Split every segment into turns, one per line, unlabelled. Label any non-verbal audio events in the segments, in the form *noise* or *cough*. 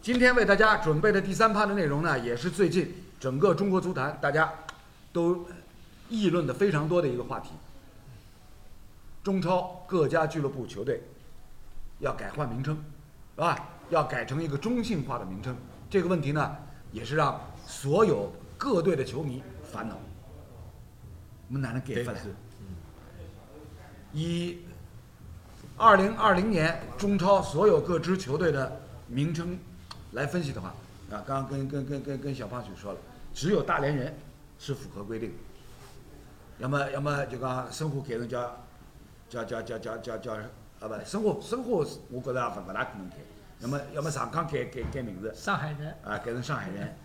今天为大家准备的第三趴的内容呢，也是最近整个中国足坛大家都议论的非常多的一个话题。中超各家俱乐部球队要改换名称，是吧？要改成一个中性化的名称。这个问题呢，也是让所有各队的球迷烦恼。我们哪能改法呢？以二零二零年中超所有各支球队的名称来分析的话，啊，刚刚跟跟跟跟跟小胖去说了，只有大连人是符合规定的，要么要么就讲申花改成叫叫叫叫叫叫叫啊不，申花申花是我觉着也勿勿大可能改，要么要么上港改改改名字
上海人
啊，改成上海人，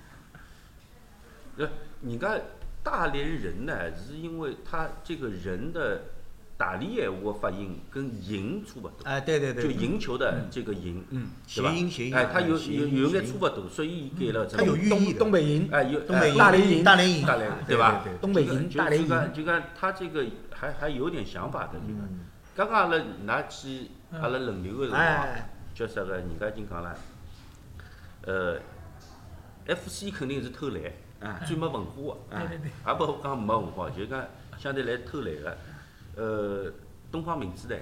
呃，人家大连人呢，是因为他这个人的大连闲话发音跟“赢”差不多，
哎，对对对，
就赢球的这个“赢”，
嗯
对吧
谐音谐音
哎，他有
谐
有
音
有
谐
眼
音嗯
差不多，所以改了这
它有
个
寓意
东
的
东北银，
哎有
东北
哎
银
大连银
大连银，
大连
对
吧
对？对
东北
这个
银
就
大连
就讲
银，
就讲他这个还还有点想法的，就讲，
嗯
刚刚阿拉拿去阿拉轮流个辰光
哎，
叫啥个？人家已经讲了，呃，FC 肯定是偷懒，最没文化的，
哎对对对
也不讲没文化，就讲相对来偷懒个，呃，东方明珠台。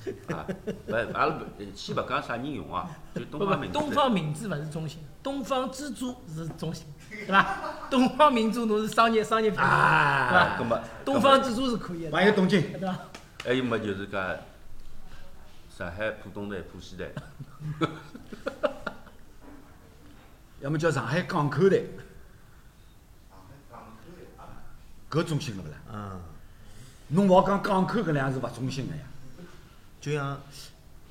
*laughs* 啊，勿阿拉呃勿先勿讲啥人用啊，就
不
东
不
方，明珠台。
东方明珠勿是中心，东方之珠是中心， *laughs* 对伐？东方明珠侬是商业商业品牌，
啊
对
啊，
伐
搿？么
哎东方之珠是可以的，
网友懂劲，
对伐？
还有哎么就是讲上海浦东台、浦西台，
要么叫上海港口队，搿中心了勿啦？
嗯，
侬勿好讲港口搿两个字勿中心个呀，
就像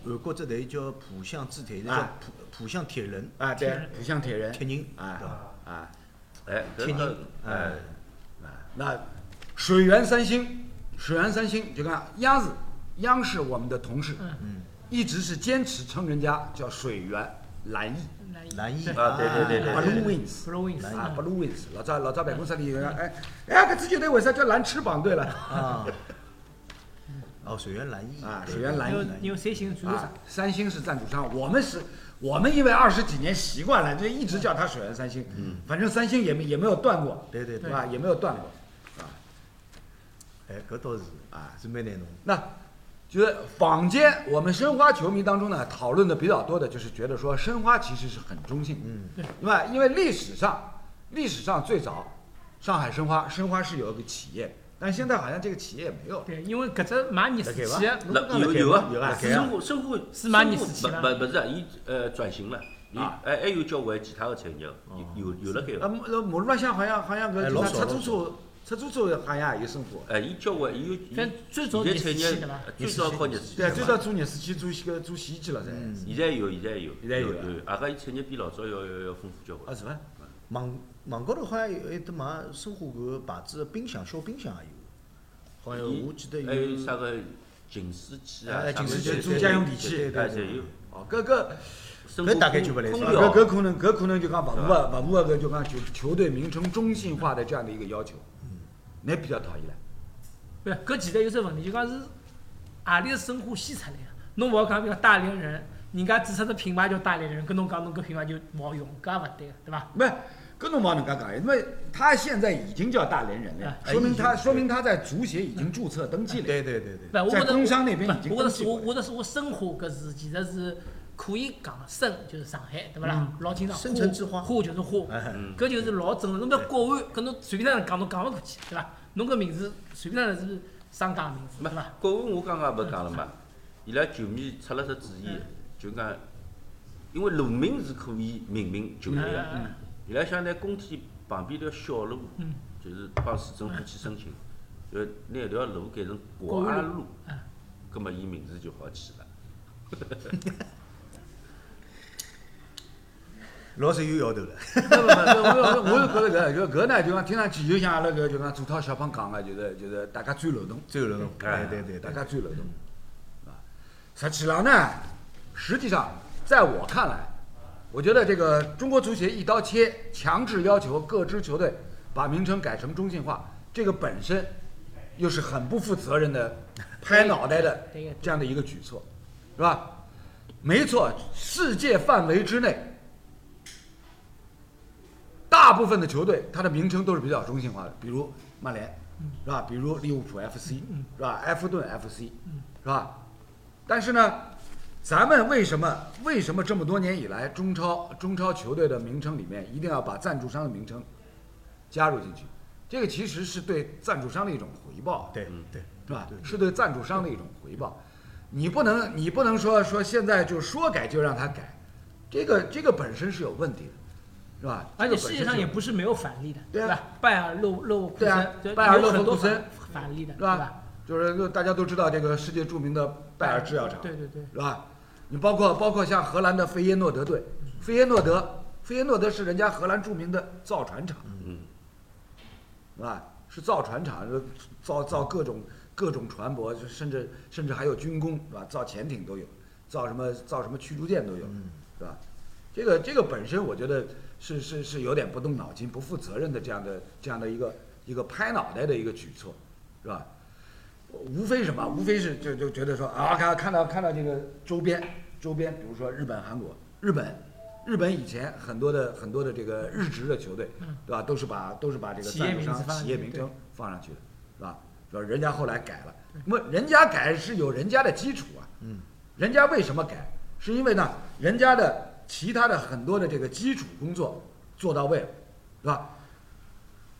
韩国这队叫浦项之铁人，叫
啊
浦浦项铁人，
啊
铁
对
人，
浦项铁人，
铁人，
啊
对吧？
啊，
哎，搿
天津啊
个哎，
那水源三星，水源三星就讲央视，央视我们的同事，嗯，一直是坚持称人家叫水源蓝翼
蓝翼
啊对对对对对
，Blue Wings。
，Blue Wings
啊，Blue Wings，老早老早办公室里有人，哎哎，搿支球队为啥叫蓝翅膀队了？
啊，哦，水源蓝翼
啊
对
水源蓝翼
有
蓝翼
有谁行主
啊
场？，
三星是赞助商，我们是，我们因为二十几年习惯了，就一直叫它水源三星。嗯，反正三星也没也没有断过，
对对对
吧？也没有断过，啊，
哎，搿倒是
啊
是蛮难弄。
那就是坊间我们申花球迷当中呢，讨论的比较多的就是觉得说申花其实是很中性，嗯，对吧？因为历史上历史上最早上海申花，申花是有一个企业，但现在好像这个企业也没有了。
对，因为搿只买热水器的，
那有有
有
啊
啊，
是生活生活
司马懿
生活
时期了
不不不是啊，伊呃转型了，伊
啊
哎还有交关其他的产业，有有有了搿
啊，
个，
马呃马路浪向好像好像
哎
个
老
就是
少
出
老
租车出租车好像也有生活。
哎，伊交关伊有
但最早
现
日
在
式
产
机
业
对吧
最早靠日
对，
啊
式
最
机
早
嘛，
做热水器，做洗个做洗衣机了噻。
嗯
现在有现在有
现在有
有
啊
有，阿个伊产业比老早要要要丰富交关
啊，。是伐？
网网高头好像有一得买生活搿个牌子的冰箱，小冰箱也有。好像
伊
我记得
还有
有
啥个净水器啊，
哎
啥
净水
物
器
事
做
侪
家
有
用电器
对对
对
哎，
对
侪有。
哦，搿个
生活
搿大概
空
就不来
空
塞了
调
搿搿可能搿可能就讲勿符合勿符合搿就讲球球队名称中性化的这样的一个要求，你比较讨厌唻。
不是，搿其实有只问题，就讲是何里个申花先出来个，侬勿好讲比如讲大连人，人家注册只品牌叫大连人，跟侬讲侬搿品牌就勿好用，搿也勿对个，对伐？
没，搿侬往能介讲呀？那么他现在已经叫大连人了，
哎
说明他
已经
说明他在足协已经注册登记了。
对对对对，
不，我
在
觉得
工
我
商那边
不
已经
我觉
登
得
记
是我，
过
我觉得是我申花搿是其实是可以讲申就是上海，对勿啦？
嗯
老经常
深城之花
花就是花，
哎
搿就是老正常。侬勿要国安，搿侬随便哪能讲侬讲勿过去，对伐？侬搿名字随便哪能是商家名字，
没
对伐？
国安我刚刚勿讲了嘛，伊拉球迷出了只主意，就讲，因为路名是可以命名球队
嗯
个
嗯，
伊拉想拿工体旁边条小路，就是帮市政府去申请，就拿一条路改成国安路
安路嗯，
葛么伊名字就好起了。
老是有摇头了。
不不不，我我是觉得搿搿搿呢，就讲听上去就像阿拉搿就讲主涛小胖讲个，就是就是大家钻漏洞。
最后了侬，
哎
对对对，
大
大
家
家
最漏洞，啊，实际上呢，实际上在我看来，我觉得这个中国足协一刀切，强制要求各支球队把名称改成中性化，这个本身又
*laughs*
是很不负责任的、拍脑袋的
对对对
这样的一个举措，是吧？没错，世界范围之内，大部分的球队它的名称都是比较中性化的，比如曼联，
嗯
是吧？比如利物浦 FC，是吧？埃弗顿 FC，是吧？但是呢，咱们为什么为什么这么多年以来，中超中超球队的名称里面一定要把赞助商的名称加入进去？这个其实是对赞助商的一种回报。
对对，
是吧
对？
是对赞助商的一种回报。你不能，你不能说说现在就说改就让他改，这个这个本身是有问题的，是吧？
而
这
且
个本身
世界上
是
也
有
不是没有反例的，
对啊
吧？拜耳勒勒库
对啊
森，就
拜耳
有
勒
很
夫
多
库森
反反例的，
是
对吧
吧？？就是大家都知道这个世界著名的拜耳制药厂，嗯
对对对，
是吧？你包括包括像荷兰的费耶诺德队，费耶诺德，费耶诺德是人家荷兰著名的造船厂，
嗯，
是吧？是造船厂，是造造各种各种船舶，就甚至甚至还有军工，是吧？造潜艇都有，造什么造什么驱逐舰都有，是吧？这个这个本身我觉得是是是有点不动脑筋、不负责任的这样的这样的一个一个拍脑袋的一个举措，是吧？无非什么，无非是就就觉得说啊，看看到看到这个周边周边，比如说日本、韩国、日本，日本以前很多的很多的这个日职的球队，对吧？都是把都是把这个
嗯企业
赞助
名字
商
放上
企业
去
名
对
称放上去的，是吧？说人家后来改了，那么人家改是有人家的基础啊，
嗯，
人家为什么改？是因为呢，人家的其他的很多的这个基础工作做到位了，是吧？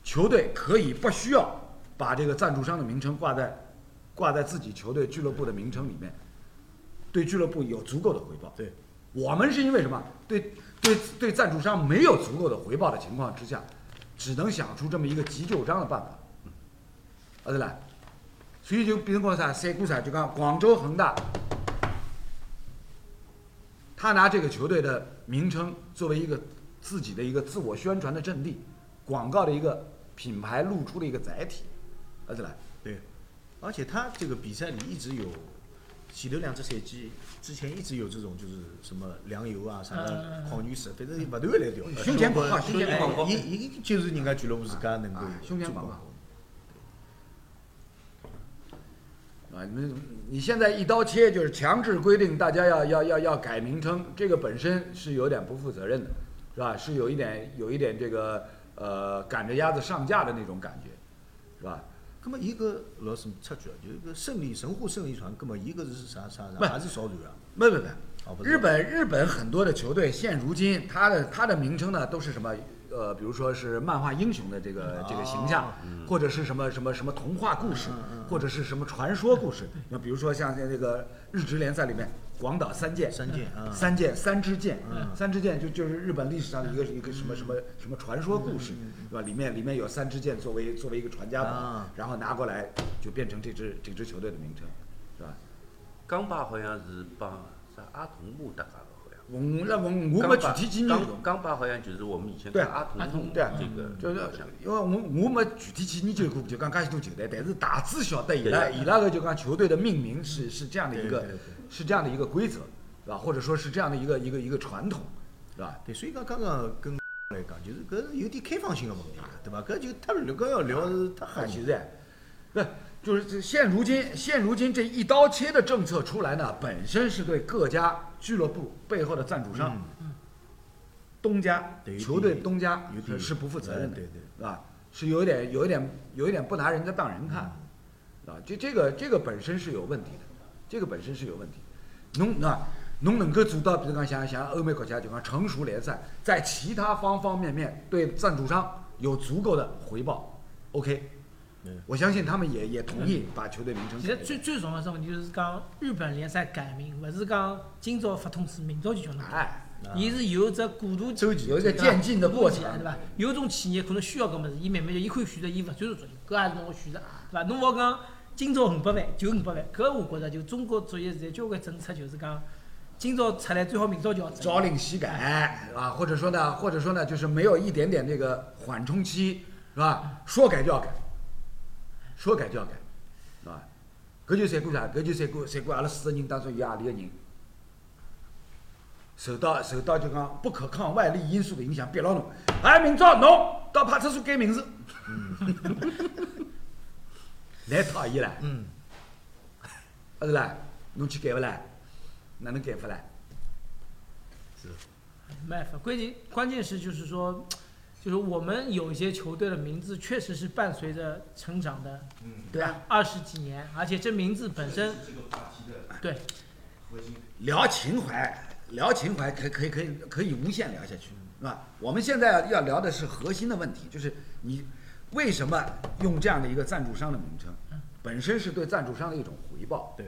球队可以不需要把这个赞助商的名称挂在挂在自己球队俱乐部的名称里面，对俱乐部有足够的回报。
对，
我们是因为什么？对对对，赞助商没有足够的回报的情况之下，只能想出这么一个急救章的办法，嗯啊对啦，所以就变成讲啥？三股啥？就讲广州恒大，他拿这个球队的名称作为一个自己的一个自我宣传的阵地，广告的一个品牌露出的一个载体，啊对啦，
对，而且他这个比赛里一直有，前头两只赛季之前一直有这种就是什么粮油啊、啥
嗯嗯
的
嗯
矿泉水，反正不断来调。
胸前广告，胸
胸
前
前
广
广
告
告。
伊伊就是人家俱乐部自家能够
啊胸前
做
广告
广告
啊，你们你现在一刀切，就是强制规定大家要要要要改名称，这个本身是有点不负责任的，是吧？是有一点有一点这个呃赶着鸭子上架的那种感觉，是吧？
咁么伊搿老师插句啊，就是搿胜利神户胜利船，咁么伊搿是啥啥
不
啥，还是少船啊？
没没
哦
没，
不是
日本日本很多的球队现如今它的它的名称呢都是什么？呃，比如说是漫画英雄的这
啊
个这个形象，
嗯
或者是什么什么什么童话故事，或者是什么传说故事。那比如说像那个日职联赛里面，广岛三剑，
三剑啊
嗯
嗯
三剑三支箭，三支箭就就是日本历史上的一个一个什么什么什么传说故
嗯
事，对吧？里面里面有三支箭作为作为一个传家宝
啊，
然后拿过来就变成这支这支球队的名称，是吧？
钢巴好像是帮啥阿童木搭嘎的，好像。
我那我我
钢
没
巴
具体经
钢
验。
钢巴好像就是我们以前
对
讲阿童木
对啊
这个，
就是
好像
因为我我没具体去研
嗯
究过，就讲介许多球队，但是大致晓得伊拉伊拉个就讲球队的命名是是这样的一个
对对对
是这样的一个规则，是吧？或者说是这样的一个一个一个传统，是吧？
对，所以讲刚刚跟来讲，就是搿是有点开放性的问题，啊对伐？搿就太聊搿要聊是太
啊，
含
其
蓄。
实啊，不就是这现如今现如今这一刀切的政策出来呢，本身是对各家俱乐部背后的赞助商，东家
对
球队东家
嗯有点
是不负责任的，
对对
是吧？是有一点有一点有一点不拿人家当人看，
嗯
啊，这这个这个本身是有问题的，这个本身是有问题的。侬那侬能够做到，比如讲像像欧美国家就讲成熟联赛，在其他方方面面对赞助商有足够的回报，OK，
嗯
我相信他们也也同意把球队名称
其
改
实
掉。
最最重要的问题就是讲日本联赛改名，勿是讲今朝发通知，明朝就叫侬改，
哎，
伊是有只过渡期，
有一个渐进的过程
对伐？有种企业可能需要搿物事，伊慢慢就伊可以选择伊勿转足球，搿也是侬个选择，对伐？侬勿好讲今朝五百万就五百万，搿我觉着就中国足协现在交关政策就是讲，今朝出来最好明朝就要整
朝令夕改啊，或者说呢，或者说呢，就是没有一点点这个缓冲期，是吧？说改就要改，说改就要改，是吧？搿就三过啥？搿就三过三过阿拉四个人当中有阿里个人，受到受到就讲不可抗外力因素的影响，逼牢侬，哎，明朝侬到派出所改名字，来讨 *laughs* 伊唻，嗯，啊是啦，侬去改勿啦？哪能改法啦？
没办法，关键关键是就是说，就是我们有一些球队的名字确实是伴随着成长的，
嗯，
对吧？二十几年，而且这名字本身
这个话题的
对
核心。
聊情怀，聊情怀可以可以可以可以无限聊下去，是吧？我们现在要聊的是核心的问题，就是你为什么用这样的一个赞助商的名称，本身是对赞助商的一种回报，
对，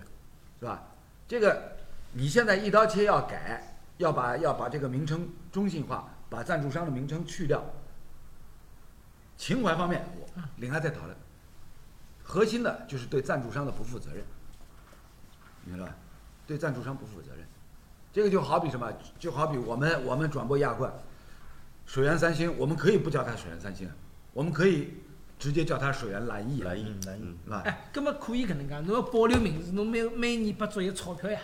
是吧？这个你现在一刀切要改，要把要把这个名称中性化，把赞助商的名称去掉。情怀方面，我另外再讨论。核心的就是对赞助商的不负责任，明白吧？对赞助商不负责任，这个就好比什么？就好比我们我们转播亚冠，水源三星，我们可以不叫它水源三星，啊我们可以直接叫它水源蓝翼，啊
蓝翼
嗯蓝翼
嗯
是吧？
哎，搿么可以搿能介，侬要保留名字，侬每每年拨足一钞票呀，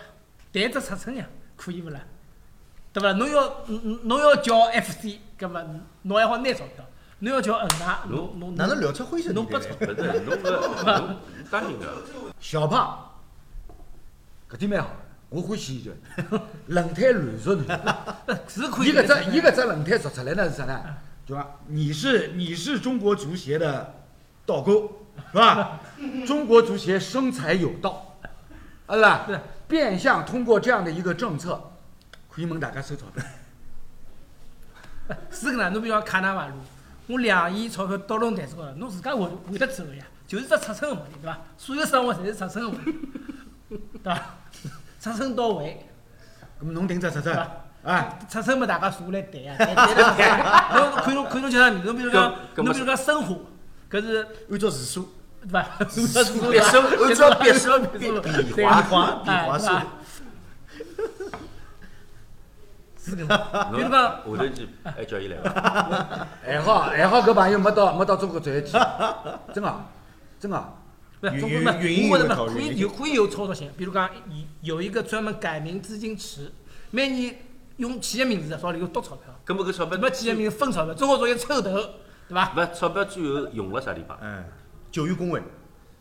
谈只尺寸呀，可以勿啦？对伐？侬要侬侬侬要叫 FC，搿么啊侬还好拿钞票；侬要叫恒大，侬侬
哪能聊出灰色地
侬
带
拨
来
钞
不
了？
是侬个侬当然个，
小胖，搿点蛮好的，我欢喜伊 *laughs* 就，轮胎乱熟呢。
是可以
一个
的。
只一个只轮胎说出来呢是啥呢？对吧？你是你是中国足协的倒钩，是 *laughs* 吧？中国足协生财有道，啊是吧
对？
变相通过这样的一个政策，可以问大家收钞票。
是搿能，侬比如讲卡纳瓦罗，我两亿钞票到弄台子高头，侬自家会会得走个呀，就是只尺寸个问题，对伐？所有生活侪是尺寸个问题，对伐？尺寸到位，
那么侬定只尺寸
啊
啊？
尺寸么大家坐下来谈 *laughs* 呀，谈谈谈谈。侬看侬看侬叫啥名字？侬比如讲，
搿搿
侬
么
比如讲申花，搿是
按照字数，
对伐？
别
*laughs*
生我知道别生
别生 *laughs*
比
对
划
啊
比划
哎
数
对，伐是搿能。比如讲，
下头去还叫伊来伐？
还哎好还好，搿朋友没到没到中国足 *laughs* 协去，真的真的。
*laughs* 不是
云
中
云
国嘛，我觉
云云考
着嘛，
虑
可
云
以有可以有操作性，比如讲有有一个专门改名资金池，每年用企业名字朝里头督钞票，
搿么搿钞票
什么企业名字啊分钞票，中国足协抽头，对伐？
勿钞票最后用了啥地方？
嗯，九运工会，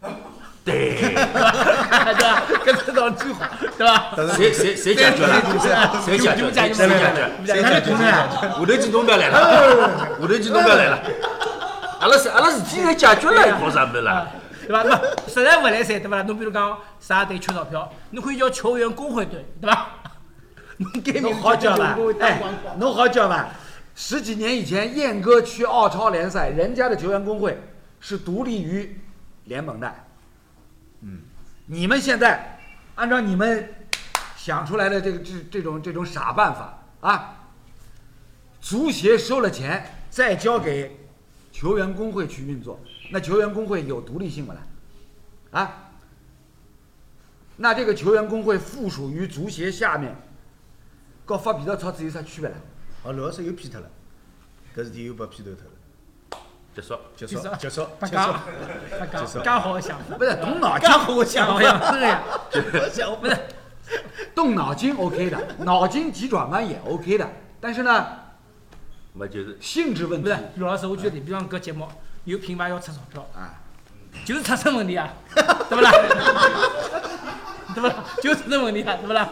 *laughs* 对，
*laughs* 对伐？搿是道理最好，对伐？
谁
*laughs*
谁谁 *laughs* 解决了？
啊
谁解
你
决？
们
谁
家
解
你
决？
们家
谁解
你
决？
们
谁
家
家同志啊？
下头进东
*laughs*
标来了，下头进东标来了。阿拉是阿拉事体侪解决了，还搞啥么啦
啊？，对伐？那实在勿来三，对伐？侬比如讲啥队缺钞票，侬可以叫球员工会队，对伐？侬改
侬
名
好
叫
叫吧？哎，侬好叫吧？十几年以前，燕哥去澳超联赛，人家的球员工会是独立于联盟的。嗯，你们现在按照你们想出来的这个这这种这种傻办法啊，足协收了钱，再交给球员工会去运作，那球员工会有独立性不啦？啊？那这个球员工会附属于足协下面，和发皮条钞子有啥区别呢？
好，刘老师又批脱了，搿事体又被批头脱了，
结束。
*laughs*
结
结
束
束
结束
不
结
讲
束，，
不
结束
讲，讲好个想法，
不是动脑筋
讲，好个
啊
想法，真个呀。
不是
动脑筋 OK 的， *laughs* 脑筋急转弯也 OK 的，但是呢，
没 *laughs* 就是
性质问
不
题
是，刘老师，我举个例，比方搿节目有品牌要出钞票，
啊，
就是出身问题 *laughs* 啊，对不啦？对不啦？就是出身问题啊，对不啦？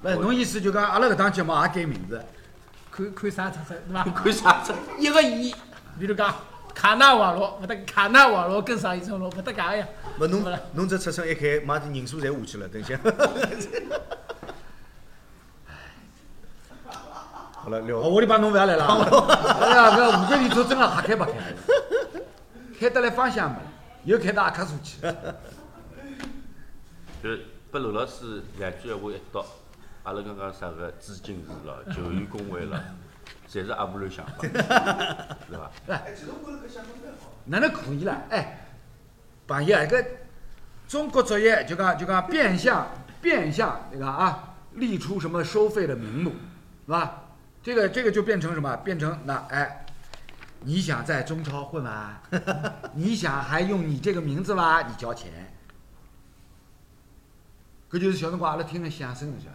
不是侬意思就讲阿拉搿档节目也改名字，
看看啥出身，对伐？
看啥子？
一个亿，比如讲卡纳瓦罗，勿得卡纳瓦罗跟啥一种罗，勿得搿呀，
勿侬
对啦？
侬这尺寸一开，妈的人数侪下去了，等一下。好了，
哦
聊
我的帮侬勿要来了啊， *laughs* 哎呀，搿五个里头真的瞎开白开，开得来方向没了，又开到阿卡苏去了，
就是拨刘老师两句闲话一道，阿拉刚刚啥个资金是了，球员工会
*laughs*
了，侪是阿婆乱想法，是伐？
哪能可以啦？哎，朋友，搿中国足协就讲就讲变相变相那个啊，立出什么收费的名目，是吧？这个这个就变成什么？变成那哎，你想在中超混吗？ *laughs* 你想还用你这个名字吗？你交钱。搿就是小辰光阿拉听的相声是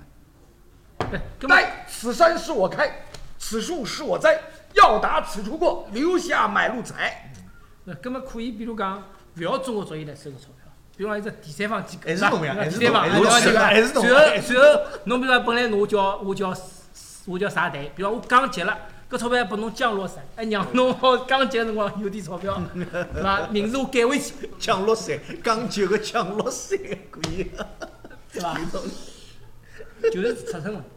吧？
搿么
来，此山是我开，此树是我栽，要打此处过，留下买路财。
那搿么可以，比如讲勿要中国足协来收搿钞票，比如讲一只第三方机构，
还是
吧
侬呀还是
第三方，
侬
第三方
还是侬
然后然后侬比如讲本来侬叫我叫我叫啥队，比如讲我刚结了，搿钞票拨侬降落伞，还让侬好刚结的辰光有点钞
*laughs*
票，对伐？名字我改回去，
降落伞，刚九个降落伞，可以。
对伐？ *laughs* 就是出身问题，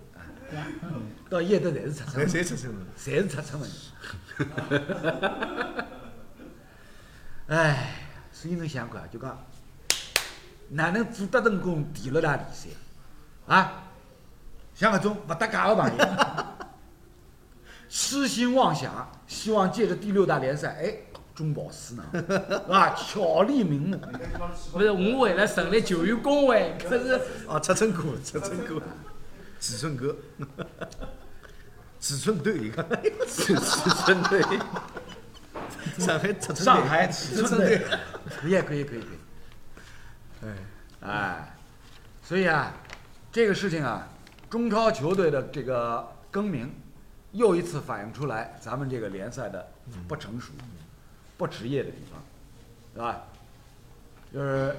对伐？嗯
到现在侪是出
谁
生，
谁出生了？
侪是出生问题。 *laughs* 哎，所以侬想看，就讲哪能做得成功第六大联赛啊？像搿种勿搭界的朋友，痴心妄想，希望借着第六大联赛，哎，中饱私囊，啊，巧立名目。
勿是，我为了成立球员工会，搿是
啊，出生过，出生过，尺寸哥，尺寸队一个，
真的。
上海尺寸队，
上海尺
尺
寸
寸
队
队，
可以可以可以可以。哎哎，所以啊，这个事情啊，中超球队的这个更名，又一次反映出来咱们这个联赛的不成熟、不职业的地方，是吧？就是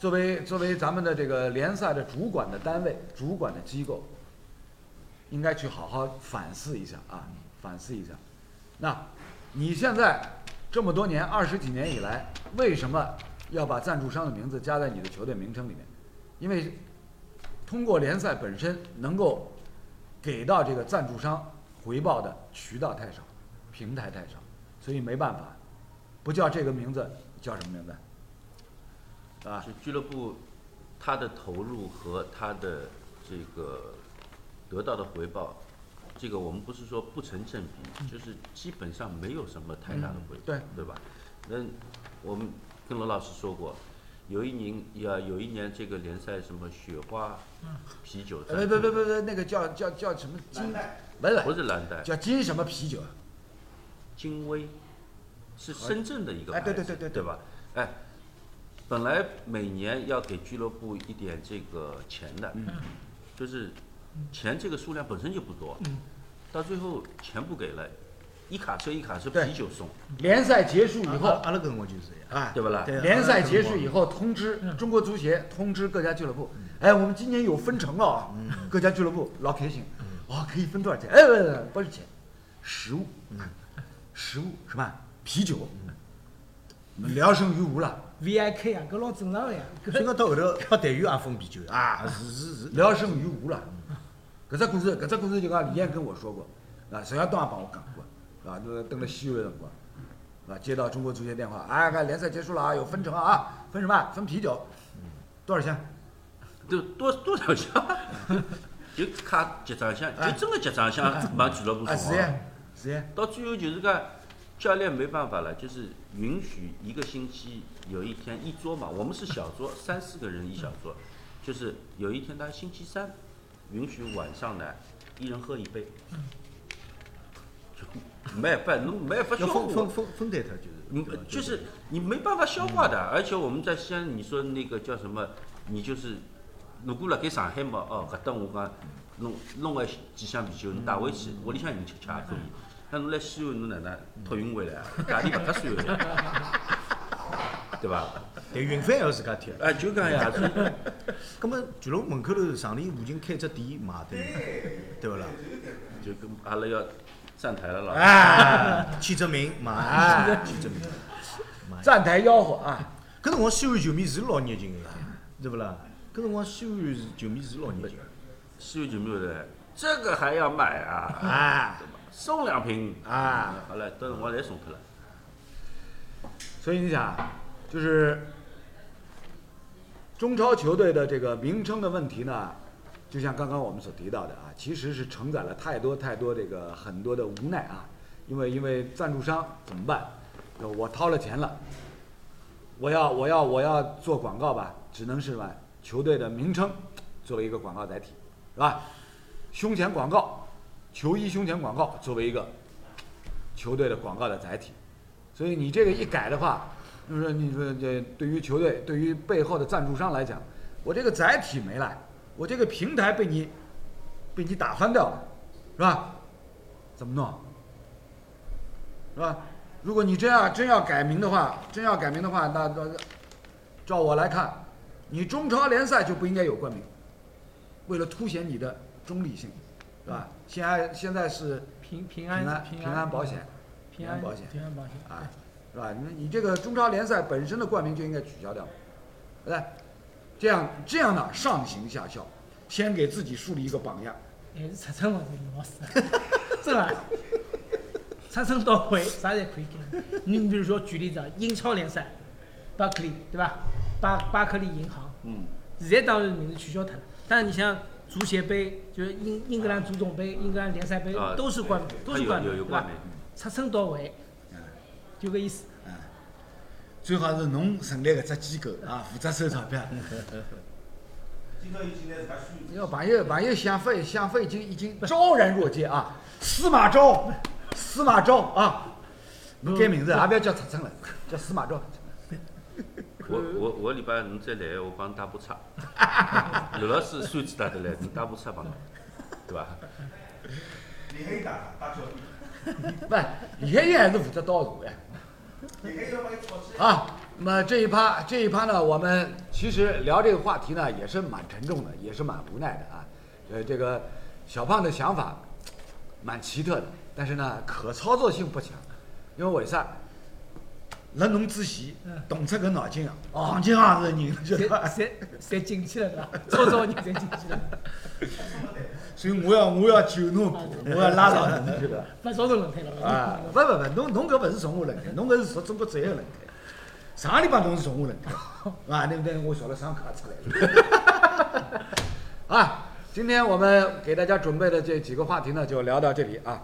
作为作为咱们的这个联赛的主管的单位、主管的机构，应该去好好反思一下啊，反思一下。那你现在这么多年二十几年以来，为什么要把赞助商的名字加在你的球队名称里面？因为通过联赛本身能够给到这个赞助商回报的渠道太少，平台太少，所以没办法，不叫这个名字叫什么名字？啊，
就俱乐部他的投入和他的这个得到的回报，这个我们不是说不成正比，就是基本上没有什么太大的回报，
嗯对
对吧？那我们跟罗老师说过，有一年呀，有一年这个联赛什么雪花啤酒
呃
赞
不
助，
不不不不，那个叫叫叫什么金？不
不
是
是蓝带，
叫金什么啤酒？
金威，是
好
深圳的一个
哎
牌
对
子，
对对对对
吧？哎，本来每年要给俱乐部一点这个钱的，
嗯
就是钱这个数量本身就不多，
嗯
到最后钱不给了，一卡车一卡车
对
啤酒送，
联赛结束以
以
后
后，阿拉搿辰光就是这样啊，
对不啦？
对
联赛结束以后，通知中国足协通知各家俱乐部，哎，我们今年有分成了啊，各家俱乐部老开心，哦，可以分多少钱？哎，不不不是钱，食物，食物什么啤酒，聊胜于无了，
VIK 啊，搿老正常个呀。
所以
搿
讲到后头帮队员也分啤酒啊，是是是，
聊胜于无了。搿只故事，搿只故事就讲李艳跟我说过，啊，沈阳东也帮我讲过，是吧？那登了西安的辰光，是吧？接到中国足协电话，哎，搿联赛结束了啊，有分成啊啊，分什么啊？分啤酒，多少钱？
就多多少箱， *laughs* 就卡结账箱，就真的结账箱往俱乐部
哎啊，
送
是呀
啊。，
是呀。
到最后就是讲，教练没办法了，就是允许一个星期有一天一桌嘛，我们是小桌，三四个人一小桌，就是有一天他星期三允许晚上呢，一人喝一杯，就没办侬没法消
要分分
化。
分分担他
你
嗯就是对吧，
嗯就是你没办法消化的，而且我们在西安，你说那个叫什么，你就是，如果辣盖上海嘛，哦，搿搭我讲弄弄个几箱啤酒，侬带回去，
嗯
屋里向人吃吃也可以。那侬来西安，侬哪能托运回来啊？价钿勿合算
*laughs*
的，对伐？
但运费还要自家贴。
哎，就讲呀，所以
葛末俱乐部门口头上里附近开只店卖的，对勿啦？
就跟阿拉要站台了啦。
啊，签只名买，签只名。
站台吆喝啊！
搿辰光西安球迷是老热情个，对勿啦？搿辰光西安球迷是老热情的，
西安就没有的，这个还要买啊？
啊
送两瓶。
啊！
好了，到辰光侪送脱了。
所以你想啊，就是中超球队的这个名称的问题呢，就像刚刚我们所提到的啊，其实是承载了太多太多这个很多的无奈啊。因为因为赞助商怎么办？呃我掏了钱了，我要我要我要做广告吧，只能是吧球队的名称作为一个广告载体，是吧？胸前广告，球衣胸前广告作为一个球队的广告的载体，所以你这个一改的话，就是说你说这对于球队，对于背后的赞助商来讲，我这个载体没了，我这个平台被你被你打翻掉了，是吧？怎么弄？是吧？如果你真要真要改名的话，真要改名的话，那那照我来看，你中超联赛就不应该有冠名，为了凸显你的中立性，对吧？现在现在是
平平
平
安
安
平
平安保险
平
平安
安
保险
平安保险
啊，是吧？你你这个中超联赛本身的冠名就应该取消掉，对不对？这样这样呢，上行下效，先给自己树立一个榜样。
还是尺寸问题，老师， *laughs* 真的，尺寸到位，啥侪可以干。你比如说举例子，啊，英超联赛，巴克利对吧？巴巴克利银行，
嗯，
现在当然名字取消它了，但是你像足协杯，就是英英格兰足总杯、英格兰联赛杯
啊，
都是冠名，都
它
是
有
冠名，
有有
对吧
冠？名，
尺寸到位
嗯，
就搿意思。
最好是侬成立搿只机构啊，负责收钞票。
*laughs* 今朝伊进来自家虚
要半夜半夜想法想法已经已经昭然若揭啊！司马昭，司马昭啊！侬改名字也不要叫陈诚了，叫司马昭。
我我我礼拜五再来，我帮你打把车。刘老师算子打得来，你打把车帮侬，对伐？
厉害一打打交关，
不，李开燕还是负责倒数呀。
厉害要把伊炒起来。
啊，那么这一趴这一趴呢，我们其实聊这个话题呢，也是蛮沉重的，也是蛮无奈的啊。呃，这个小胖的想法蛮奇特的，但是呢，可操作性不强，因为为啥？
辣侬之前
嗯
动出搿脑筋啊，行情也 *laughs* 是人，晓得伐？
侪侪进去了对伐？早早人侪进去了，
所以我要我要救侬一把，我要拉牢侬，晓得伐？
勿造成轮胎了。
啊，勿勿勿，侬侬搿勿是从我轮胎，侬搿是属中国职业轮胎。上个礼拜侬是从我轮胎，啊，对不对？我小了上课出来了。
啊，今天我们给大家准备的这几个话题呢，就聊到这里啊。